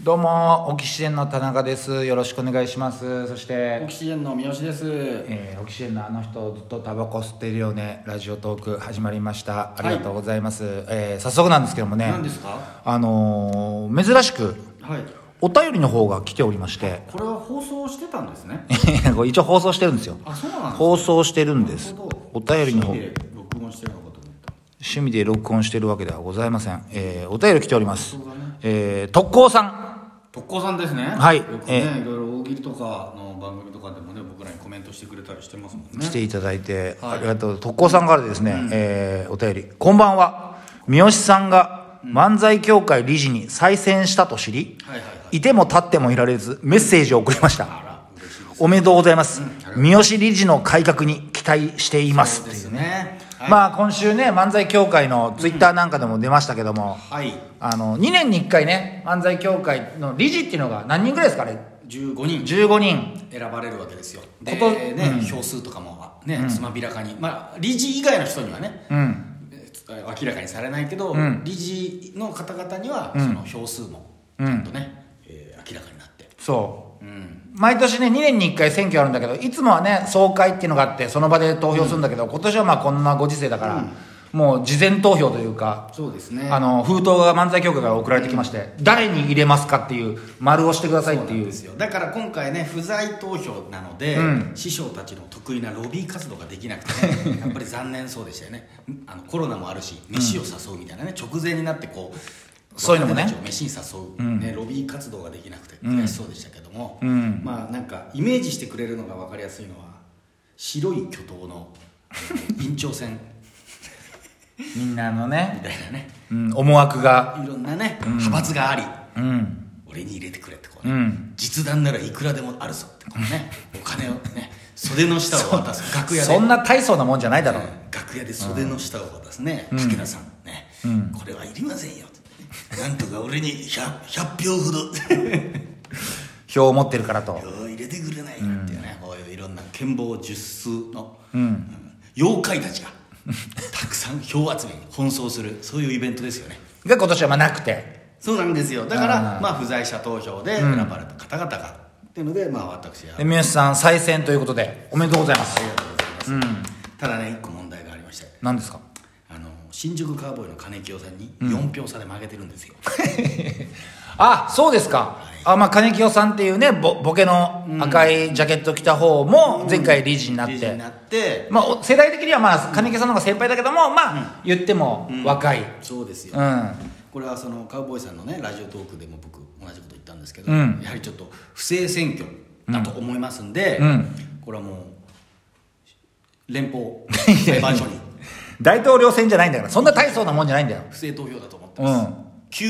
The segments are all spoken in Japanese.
どうもオキシエンの田中ですよろしくお願いしますそしオて、キシジェンの三好です。えーオキシエンのあの人ずっとタバコ吸ってるよねラジオトーク始まりましたありがとうございます、えー早速なんですけどもね何ですか。あのー珍しくはい。お便りの方が来ておりまして これは放送してたんですね。これ一応放送してるんですよあ、そうなんです放送してるんですなるほおど便りの方趣味で録音してるのかと思った。趣味で録音してるわけではございません、えーお便り来ております、そうだねえー特攻さん特攻さんですね。はいよくえね、いろいろ大喜利とかの番組とかでもね、僕らにコメントしてくれたりしてますもんね。来ていただいて、はいありがとう特攻さんからですね、えーお便りこんばんは三好さんが漫才協会理事に再選したと知り、はいはいはい。いても立ってもいられずメッセージを送りましたあら、嬉しいです。おめでとうございます、が三好理事の改革に期待していますそうですね。はい。まあ今週ね漫才協会のツイッターなんかでも出ましたけども、はい。あの2年に1回ね漫才協会の理事っていうのが何人ぐらいですかね十五人。 15人選ばれるわけですよでことね、票数とかもね、つまびらかにまあ理事以外の人にはね、え明らかにされないけど、理事の方々にはその票数もちゃんとね、えー明らかになって、そううん、毎年ね2年に1回選挙あるんだけどいつもはね総会っていうのがあってその場で投票するんだけど、今年はまあこんなご時世だから、もう事前投票というか、そうですねあの封筒が漫才協会から送られてきまして、誰に入れますかっていう丸をしてくださいってそうないんうですよだから今回ね不在投票なので、うん師匠たちの得意なロビー活動ができなくて、 ね、やっぱり残念そうでしたよねあのコロナもあるし飯を誘うみたいなね、直前になってこうそういうのもね若手たちを飯に誘う、ねロビー活動ができなくて悔しそうでしたけども、うんまあなんかイメージしてくれるのが分かりやすいのは白い巨頭のあ の院長戦みんなのみね、たいなねうん、思惑がいろんなね、派閥がありうん俺に入れてくれってこううね、ん実弾ならいくらでもあるぞってこうねお金をね袖の下を渡 す楽屋でそんな大層なもんじゃないだろう、うん楽屋で袖の下を渡すね、武田さんね、これはいりませんよなんとか俺に 100, 100票 ほど票を持ってるからと入れてくれないかっていうね、こういういろんな剣謀術数の、うん妖怪たちがたくさん票集めに奔走するそういうイベントですよねが今年はまあなくてそうなんですよだからあーまあ不在者投票で選ばれた方々が、っていうのでまあ私はで三好さん再選ということでおめでとうございまありがとうございすます、ただね1個問題がありまして何ですかあの新宿カーボーイの金清さんに4票差で負けてるんですよ、あそうですか、あまあ金清さんっていうねボボケの赤いジャケット着た方も前回理事になって、理事になってまあ、お世代的にはまあ金清さんの方が先輩だけどもまあ言っても若い、そうですよ、うんこれはそのカウボーイさんのねラジオトークでも僕同じこと言ったんですけど、うんやはりちょっと不正選挙だと思いますんで、うんこれはもう連 邦裁判所に大統領選じゃないんだからそんな大層なもんじゃないんだよ不正投票だと思ってます、うん旧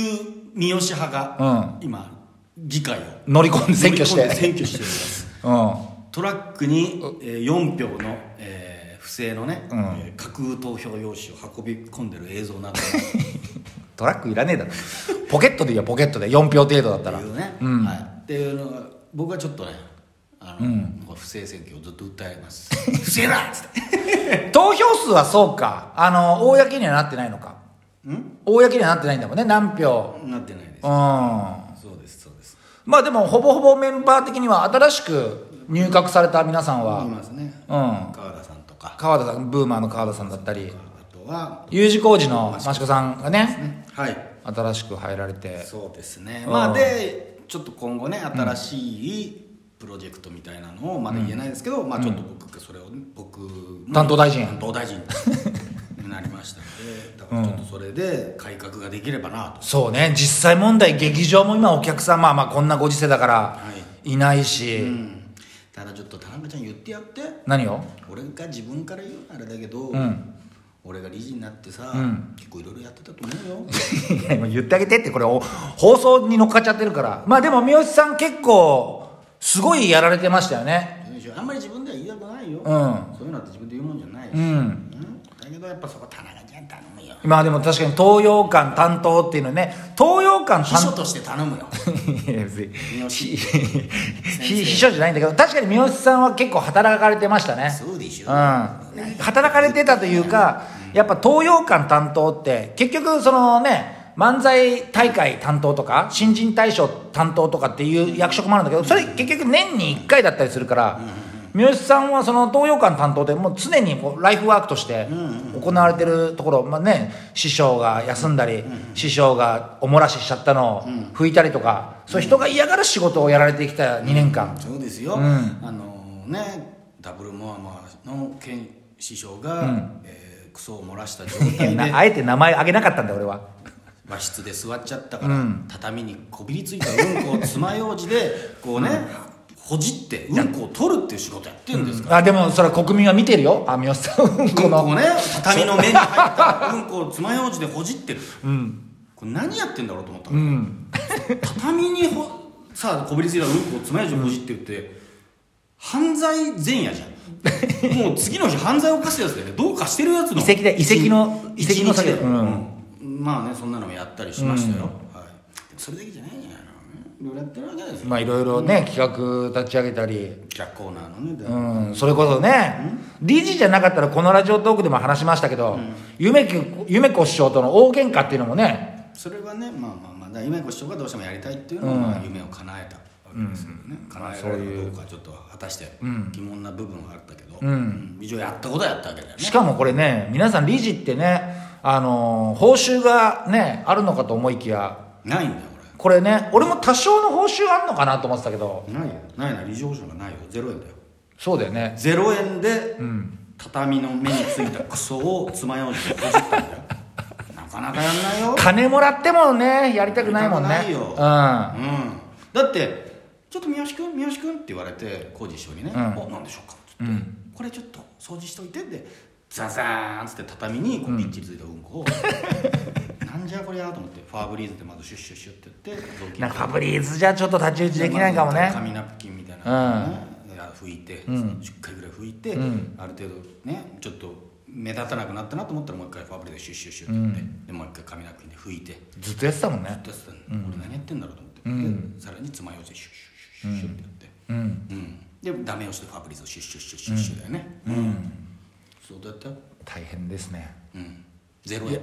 三好派が今、議会を乗り込んで選挙して乗り込んで選挙してるんですうんトラックに、えー4票の、えー不正のね、うんえー架空投票用紙を運び込んでる映像などトラックいらねえだろ ポケットでいいよポケットで4票程度だったとらいうね、うんはい、っていうのが僕はちょっとねあの、これ不正選挙をずっと訴えます 不正だっつって投票数はそうかあの公にはなってないのかん公にはなってないんだもんね何票なってないですうんまそうですそうですあでもほぼほぼメンバー的には新しく入閣された皆さんいはますね、うん川田さんとか川田さんブーマーの川田さんだったりあとは U 字工事の益子さんがねはい新しく入られてそうですねうんまあでちょっと今後ね新しいプロジェクトみたいなのをまだ言えないですけど、まあちょっと僕がそれをね僕の担当大臣担当大臣 になりましたのでだからちょっとそれで改革ができればなと、そうね実際問題劇場も今お客さんまあまあこんなご時世だからはいいないし、うんただちょっと田中ちゃん言ってやって何を 俺が自分から言うのはあれだけど、ん俺が理事になってさ、うん結構いろいろやってたと思うよいやもう言ってあげてってこれお放送に乗っかっちゃってるからまあでも三好さん結構すごいやられてましたよねあんまり自分では言いたくないよ、うんそういうのって自分で言うもんじゃないよ、ううんんだけどやっぱそこ田中ちゃん頼むよまあでも確かに東洋館担当っていうのね東洋館秘書担として頼むよ当 いや別に三好ひひ秘書じゃないんだけど確かに三好さんは結構働かれてましたねそうでしょ、うん、働かれてたというか、やっぱ東洋館担当って結局そのね漫才大会担当とか新人大賞担当とかっていう役職もあるんだけどそれ結局年に1回だったりするから三好さんはその東洋館担当でもう常にこうライフワークとして行われてるところ、まあね、師匠が休んだり師匠がお漏らししちゃったのを拭いたりとかそういう人が嫌がる仕事をやられてきた2年間。そうですよ、あのねダブルモアマの剣師匠が、えークソを漏らした状い や態でなあえて名前挙げなかったんだよ俺は和室で座っちゃったから、畳にこびりついたうんこを爪楊枝でこうね、ほじってうんこを取るっていう仕事やってるんですから、あでもそれは国民は見てるよあ三好さんうんこうんこのをね畳の目に入ったうんこを爪楊枝でほじってる、これ何やってんだろうと思ったの、畳にほさあこびりついたうんこを爪楊枝でほじってるって、犯罪前夜じゃんもう次の日犯罪を犯してるやつだよねどうかしてるやつの遺跡で遺跡の遺一跡の日作で業うんうんまあねそんなのもやったりしましたよ、はい、でもそれだけじゃないんやろうねいろいろやってるわけですよまあいろいろね企画立ち上げたり逆コーナーのねでうんそれこそね理事じゃなかったらこのラジオトークでも話しましたけど夢子夢子師匠との大喧嘩っていうのもねそれはねまあまあまあだから夢子師匠がどうしてもやりたいっていうのは、まあ夢を叶えたわけですけどね、叶えられるかどうかはちょっと果たして疑問な部分はあったけど、うん以上やったことはやったわけだよねしかもこれね皆さん理事ってねあのー報酬がねあるのかと思いきやないんだよこれね俺も多少の報酬あんのかなと思ってたけど俺ないよないな理事保証がないよゼロ円だよそうだよねゼロ円で、畳の目についたクソを爪楊枝でこじ ったんだよなかなかやんないよ金もらってもねやりたくないもんねやりたくうなんいようん、だって「ちょっと三好君三好君」って言われて浩二師匠にね「うんお何でしょうか」っつって、これちょっと掃除しといて」でザザーンっつって畳にこうピッチリついたうんこを、 なんじゃこりゃと思ってファーブリーズでまずシュッシュッシュッって言って雑巾でなんかファブリーズじゃちょっと太刀打ちできないかもね紙ナプキンみたいなのね、いや拭いて、10回ぐらい拭いて、ある程度ねちょっと目立たなくなったなと思ったらもう一回ファブリーでシュッシュッシュッってやって、でもう一回紙ナプキンで拭いてずっとやってたもんねやってたの俺何やってんだろうと思って、でさらに爪楊枝でシュッシュッシュッシュッシュッってやって、うんでダメ押しでファブリーズをシュッシュッシュッシュッシュッだよねうん、そうだった大変ですねうんゼロ円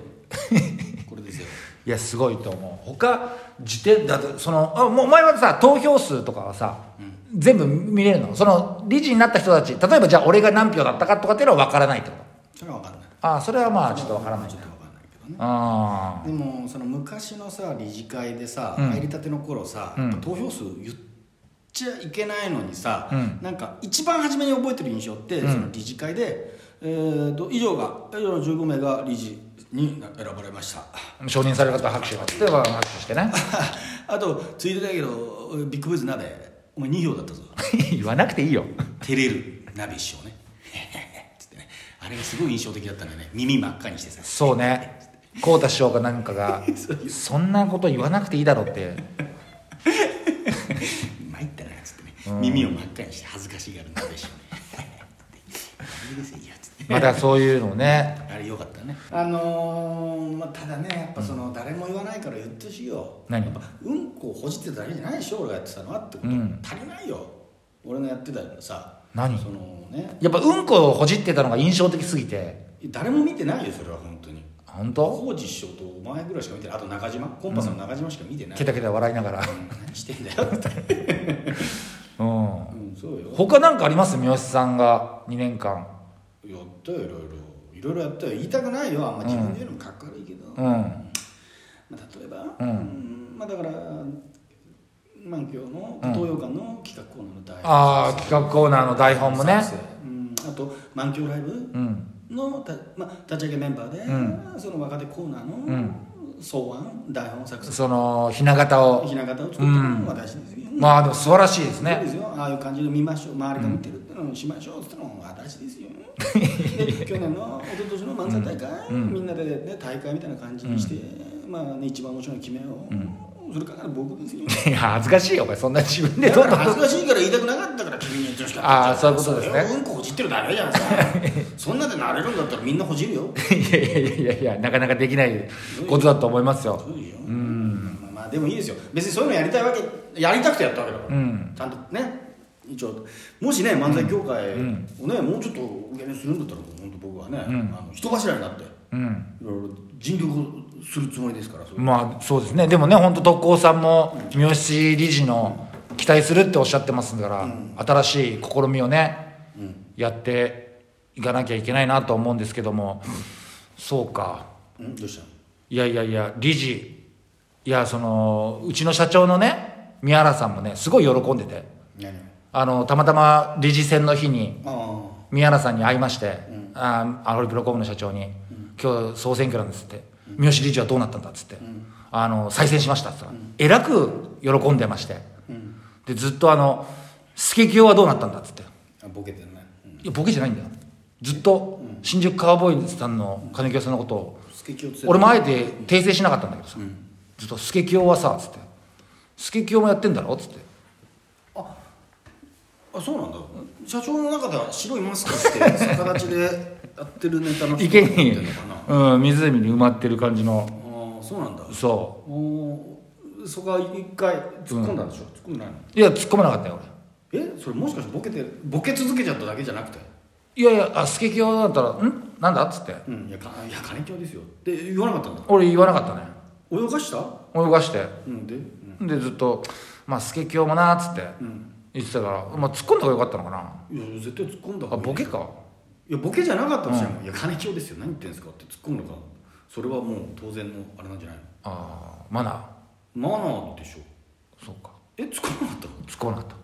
これでゼロいやすごいと思う他時点だとそのあもう前はさ投票数とかはさ、全部見れるのその理事になった人たち例えばじゃあ俺が何票だったかとかっていうのは分からないってことそれは分かんないああそれはまあちょっと分からないちょっと分かんないけどねあでもその昔のさ理事会でさ、入りたての頃さ、やっぱ投票数言っちゃいけないのにさ、なんか一番初めに覚えてる印象って、その理事会で、えー、と以上が以上の15名が理事に選ばれましたあ承認される方は拍手があってまあ拍手してね あとついでだけどビッグブーズ鍋お前2票だったぞ 言わなくていいよ照れる鍋師匠ね つってねあれがすごい印象的だったんだよね耳真っ赤にしてさそうね浩太師匠かなんかが そんなこと言わなくていいだろうって参ったなっつってね、耳を真っ赤にして恥ずかしがるんでしょ うねですよいやつってまたそういうのをねあれよかったねあのーまあ、ただねやっぱその、誰も言わないから言ってほしいよ何やっぱうんこをほじってただけじゃないでしょ俺がやってたのはってこうと、ん足りないよ俺のやってたのさ何そのねやっぱうんこをほじってたのが印象的すぎて誰も見てないよそれは本当に本当浩二師匠とお前ぐらいしか見てないあと中島コンパスの中島しか見てない、ケタケタ笑いながらうん何してんだよ って、うんうん、そうよ他なんかあります三好さんが2年間やったよいろいろいろいろやったよ言いたくないよあんま自分で言うのもかっこ悪いけど、うまんあ、例えば、うんんまあ、だから満響の東洋館の企画コーナーの台本、ああ企画コーナーの台本もねうん、あと満響ライブうんのた、まあ、立ち上げメンバーで、うその若手コーナーの、ん草案台本作成そのひな形をひな形を作ってるのも私ですよ、まあでも素晴らしいですそうねですよああいう感じで見ましょう周りが見てるってのをしましょうってのも私で すよ、で去年の一昨年の漫才大会、みんなで、ね、大会みたいな感じにして、まあね一番面白いの決めよう、それから僕です よいや恥ずかしいよお前そんな自 分でだどかんどらん恥ずかしいから言いたくなかったから君に言ってほしかったああそういうことですねそれをうんこほじってるだけじゃないです かそんなでなれるんだったらみんなほじるよ いやいやいやいやなかなかできないことだと思いますよそうでしょまあまあでもいいですよ別にそういうのやりたいわけやりたくてやったわけだから、ちゃんとね一応もしね漫才協会をね、もうちょっと上にするんだったら本当僕はね、あの人柱になっていうんろいろ尽力するつもりですからそれまあそうですねでもね本当特攻さんも三好理事の期待するっておっしゃってますから、新しい試みをね、やっていかなきゃいけないなと思うんですけども、そうかうんどうしたのいやいやいや理事いやそのうちの社長のね宮原さんもねすごい喜んでて何あのたまたま理事選の日にあ宮原さんに会いまして、あーアホリプロコムの社長に、今日総選挙なんですって、三好理事はどうなったんだっつって、あの再選しましたっつったら、えらく喜んでまして、でずっとあの「助清はどうなったんだ」っつってあボケてるねうんいやボケじゃないんだよずっと新宿カウボーイさんの金清さんのことを、スケキをつ俺もあえて訂正しなかったんだけどさ、ずっと「助清はさ」っつって「助清もやってんだろ」っつってあそうなんだ社長の中では白いマスクして逆立ちでやってるネタの人池になにってんのかな、うん、湖に埋まってる感じのあーそうなんだそおーそこは一回突っ込んだんでしょ、突っ込んでないのういや突っ込まなかったよ俺えそれもしかしてボケてボケ続けちゃっただけじゃなくていやいや、あ、スケキヨだったら、んなんだっつって。うんいやかいや金京ですよって言わなかったんだ俺言わなかったね。泳がした泳がして。うんでで、ずっと、まあ、スケキヨもな、つって言ってたから、まあ、突っ込んだ方がよかったのかな。いや絶対突っ込んだあ、ボケか。いやボケじゃなかったとしても、いや金京ですよ何言ってんですかって突っ込むのかそれはもう当然のあれなんじゃないあーマナー。のマナーでしょそうか。え突っ込まなかった突っ込まなかっ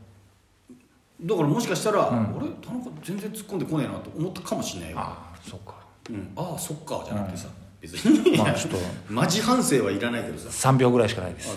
だからもしかしたら、あれ田中全然突っ込んでこねえなと思ったかもしれないた。よああ、そうか。うん、ああそっかじゃなくてさ、別に、 まあちょっとマジ反省はいらないけどさ3秒ぐらいしかないです。